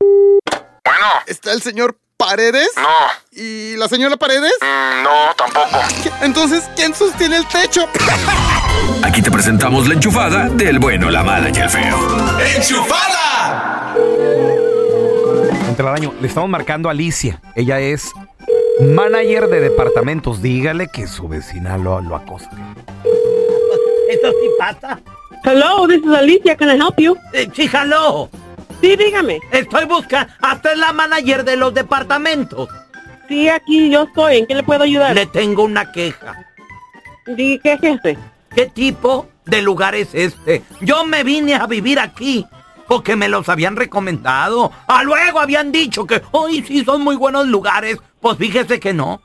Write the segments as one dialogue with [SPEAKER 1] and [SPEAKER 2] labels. [SPEAKER 1] Bueno,
[SPEAKER 2] ¿Está el señor Paredes?
[SPEAKER 1] no,
[SPEAKER 2] ¿Y la señora Paredes?
[SPEAKER 1] mm, no, tampoco.
[SPEAKER 2] Entonces, ¿quién sostiene el techo?
[SPEAKER 3] Aquí te presentamos la enchufada del bueno, la mala y el feo.
[SPEAKER 4] Ponte la daño. Le estamos marcando a Alicia. Ella es manager de departamentos. Dígale que su vecina lo, lo acosa.
[SPEAKER 5] Eso sí pasa.
[SPEAKER 6] Hello, this is Alicia. Can I help you?
[SPEAKER 5] Eh, chíjalo.
[SPEAKER 6] Sí, dígame.
[SPEAKER 5] Estoy buscando. Hasta es la manager de los departamentos.
[SPEAKER 6] Sí, aquí yo estoy. ¿En qué le puedo ayudar?
[SPEAKER 5] Le tengo una queja.
[SPEAKER 6] Di, ¿Qué es este?
[SPEAKER 5] ¿Qué tipo de lugar es este? Yo me vine a vivir aquí porque me los habían recomendado. A luego habían dicho que hoy sí son muy buenos lugares. Pues fíjese que no.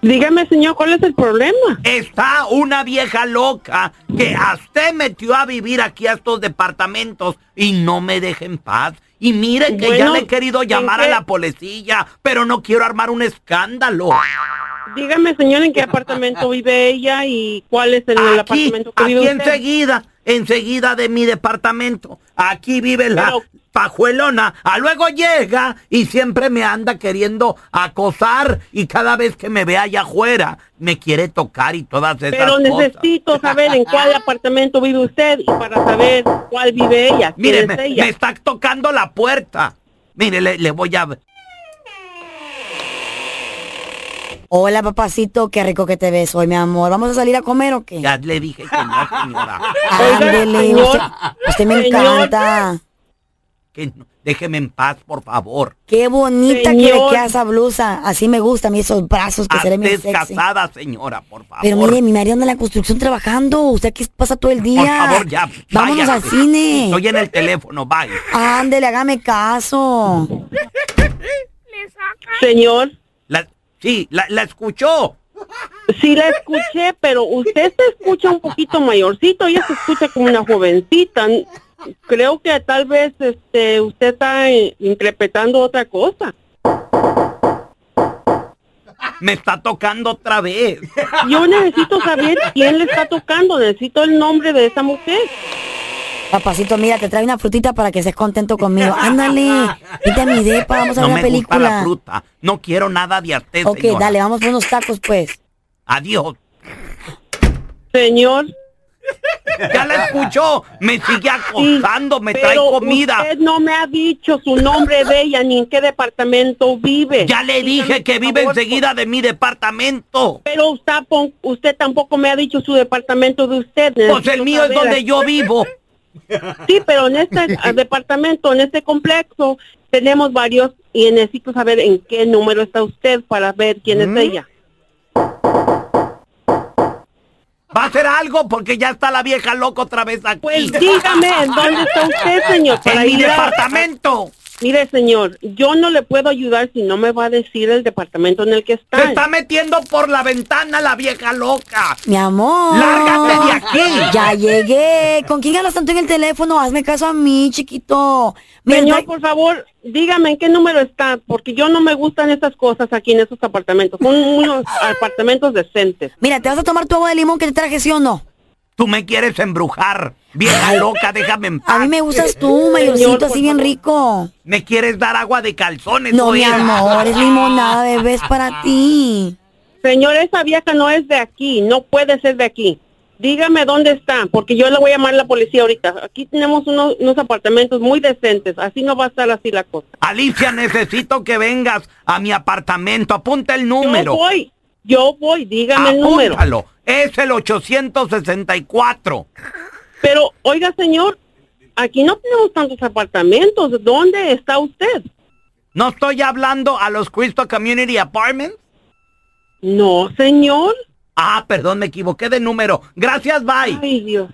[SPEAKER 6] Dígame, señor, ¿cuál es el problema?
[SPEAKER 5] Está una vieja loca que a usted metió a vivir aquí a estos departamentos y no me deja en paz. Y mire que ya
[SPEAKER 6] Bueno,
[SPEAKER 5] le he querido
[SPEAKER 6] ¿en
[SPEAKER 5] llamar a
[SPEAKER 6] qué?
[SPEAKER 5] la policía, pero no quiero armar un escándalo.
[SPEAKER 6] Dígame, señor, en qué apartamento vive ella y cuál es el, el
[SPEAKER 5] aquí,
[SPEAKER 6] apartamento que
[SPEAKER 5] aquí
[SPEAKER 6] vive usted.
[SPEAKER 5] enseguida, enseguida de mi departamento. Aquí vive la
[SPEAKER 6] Pero-
[SPEAKER 5] pajuelona. A luego llega y siempre me anda queriendo acosar y cada vez que me ve allá afuera me quiere tocar y todas esas
[SPEAKER 6] Pero
[SPEAKER 5] cosas.
[SPEAKER 6] necesito saber en cuál apartamento vive usted y para saber cuál vive ella. quién
[SPEAKER 5] Mire,
[SPEAKER 6] es
[SPEAKER 5] me,
[SPEAKER 6] ella.
[SPEAKER 5] me está tocando la puerta. Mire, le, le voy a...
[SPEAKER 7] Hola, papacito, qué rico que te ves hoy, mi amor. ¿Vamos a salir a comer o qué?
[SPEAKER 5] Ya le dije que no, señora.
[SPEAKER 6] Oiga,
[SPEAKER 7] Ándele,
[SPEAKER 6] señor.
[SPEAKER 7] usted, usted me
[SPEAKER 6] Señor.
[SPEAKER 7] encanta.
[SPEAKER 5] Que no. Déjeme en paz, por favor.
[SPEAKER 7] Qué bonita que le
[SPEAKER 6] Señor.
[SPEAKER 7] queda esa blusa. Así me gusta a mí esos brazos que se le ven bien
[SPEAKER 5] Usted es
[SPEAKER 7] sexy.
[SPEAKER 5] casada, señora, por favor.
[SPEAKER 7] Pero mire, mi marido anda en la construcción trabajando. Usted aquí pasa todo el día.
[SPEAKER 5] por favor, ya.
[SPEAKER 7] Vámonos
[SPEAKER 5] váyase.
[SPEAKER 7] al cine.
[SPEAKER 5] Estoy en el teléfono, bye.
[SPEAKER 7] Ándele, hágame caso.
[SPEAKER 6] Señor,
[SPEAKER 5] La- sí, la, la escuchó.
[SPEAKER 6] sí la escuché, pero usted se escucha un poquito mayorcito. Ella se escucha como una jovencita. Creo que tal vez este, usted está eh, interpretando otra cosa.
[SPEAKER 5] Me está tocando otra vez.
[SPEAKER 6] Yo necesito saber quién le está tocando, necesito el nombre de esa mujer.
[SPEAKER 7] Papacito, mira, te trae una frutita para que estés contento conmigo. Ándale, vete a mi depa, vamos a
[SPEAKER 5] no
[SPEAKER 7] ver
[SPEAKER 5] me
[SPEAKER 7] una
[SPEAKER 5] gusta la
[SPEAKER 7] película.
[SPEAKER 5] fruta. No quiero nada de usted,
[SPEAKER 7] ok,
[SPEAKER 5] señora.
[SPEAKER 7] dale, vamos por unos tacos, pues.
[SPEAKER 5] Adiós.
[SPEAKER 6] Señor,
[SPEAKER 5] Ya la escuchó. Me sigue
[SPEAKER 6] sí,
[SPEAKER 5] acosando, me trae
[SPEAKER 6] pero
[SPEAKER 5] comida.
[SPEAKER 6] usted no me ha dicho su nombre de ella ni en qué departamento vive.
[SPEAKER 5] Ya le
[SPEAKER 6] Dígame,
[SPEAKER 5] dije que
[SPEAKER 6] por
[SPEAKER 5] vive
[SPEAKER 6] favor,
[SPEAKER 5] enseguida de mi departamento.
[SPEAKER 6] Pero usted, pon- usted tampoco me ha dicho su departamento de usted.
[SPEAKER 5] Pues el
[SPEAKER 6] necesito
[SPEAKER 5] mío es
[SPEAKER 6] saber.
[SPEAKER 5] donde yo vivo.
[SPEAKER 6] Sí, pero en este ah, departamento, en este complejo, tenemos varios y necesito saber en qué número está usted para ver quién
[SPEAKER 5] Mm.
[SPEAKER 6] es ella.
[SPEAKER 5] Va a hacer algo porque ya está la vieja loca otra vez aquí.
[SPEAKER 6] Pues dígame, ¿en dónde está usted, señor?
[SPEAKER 5] en mi
[SPEAKER 6] ir a-
[SPEAKER 5] departamento.
[SPEAKER 6] Mire, señor, yo no le puedo ayudar si no me va a decir el departamento en el que
[SPEAKER 5] Se
[SPEAKER 6] está.
[SPEAKER 5] está metiendo por la ventana la vieja loca.
[SPEAKER 7] Mi amor.
[SPEAKER 5] Lárgate de aquí.
[SPEAKER 7] Ya llegué. ¿Con quién hablas tanto en el teléfono? Hazme caso a mí, chiquito. Mira,
[SPEAKER 6] Señor,
[SPEAKER 7] trae-
[SPEAKER 6] por favor, dígame en qué número está, porque yo no me gustan estas cosas aquí en esos apartamentos. Son unos apartamentos decentes.
[SPEAKER 7] mira, ¿te vas a tomar tu agua de limón que te traje, sí o no?
[SPEAKER 5] Tú me quieres embrujar. Vieja loca, déjame en
[SPEAKER 7] A
[SPEAKER 5] paz.
[SPEAKER 7] mí me gustas tú,
[SPEAKER 6] Ah, Señor,
[SPEAKER 7] mayorcito,
[SPEAKER 6] por
[SPEAKER 7] así bien
[SPEAKER 6] favor.
[SPEAKER 7] rico.
[SPEAKER 5] Me quieres dar agua de calzones.
[SPEAKER 7] No,
[SPEAKER 5] oye.
[SPEAKER 7] mi amor, es limonada, bebé, es para ti.
[SPEAKER 6] Señor, esa vieja no es de aquí, no puede ser de aquí. Dígame dónde está, porque yo le voy a llamar a la policía ahorita. Aquí tenemos unos, unos apartamentos muy decentes, así no va a estar así la cosa.
[SPEAKER 5] Alicia, necesito que vengas a mi apartamento. Apunta el número.
[SPEAKER 6] Yo voy, yo voy, dígame el número.
[SPEAKER 5] Apúntalo. Es el 864.
[SPEAKER 6] Pero, oiga, señor, aquí no tenemos tantos apartamentos. ¿Dónde está usted?
[SPEAKER 5] ¿No estoy hablando a los Cristo Community Apartments?
[SPEAKER 6] No, señor.
[SPEAKER 5] Ah, perdón, me equivoqué de número. Gracias, bye.
[SPEAKER 6] Ay, Dios.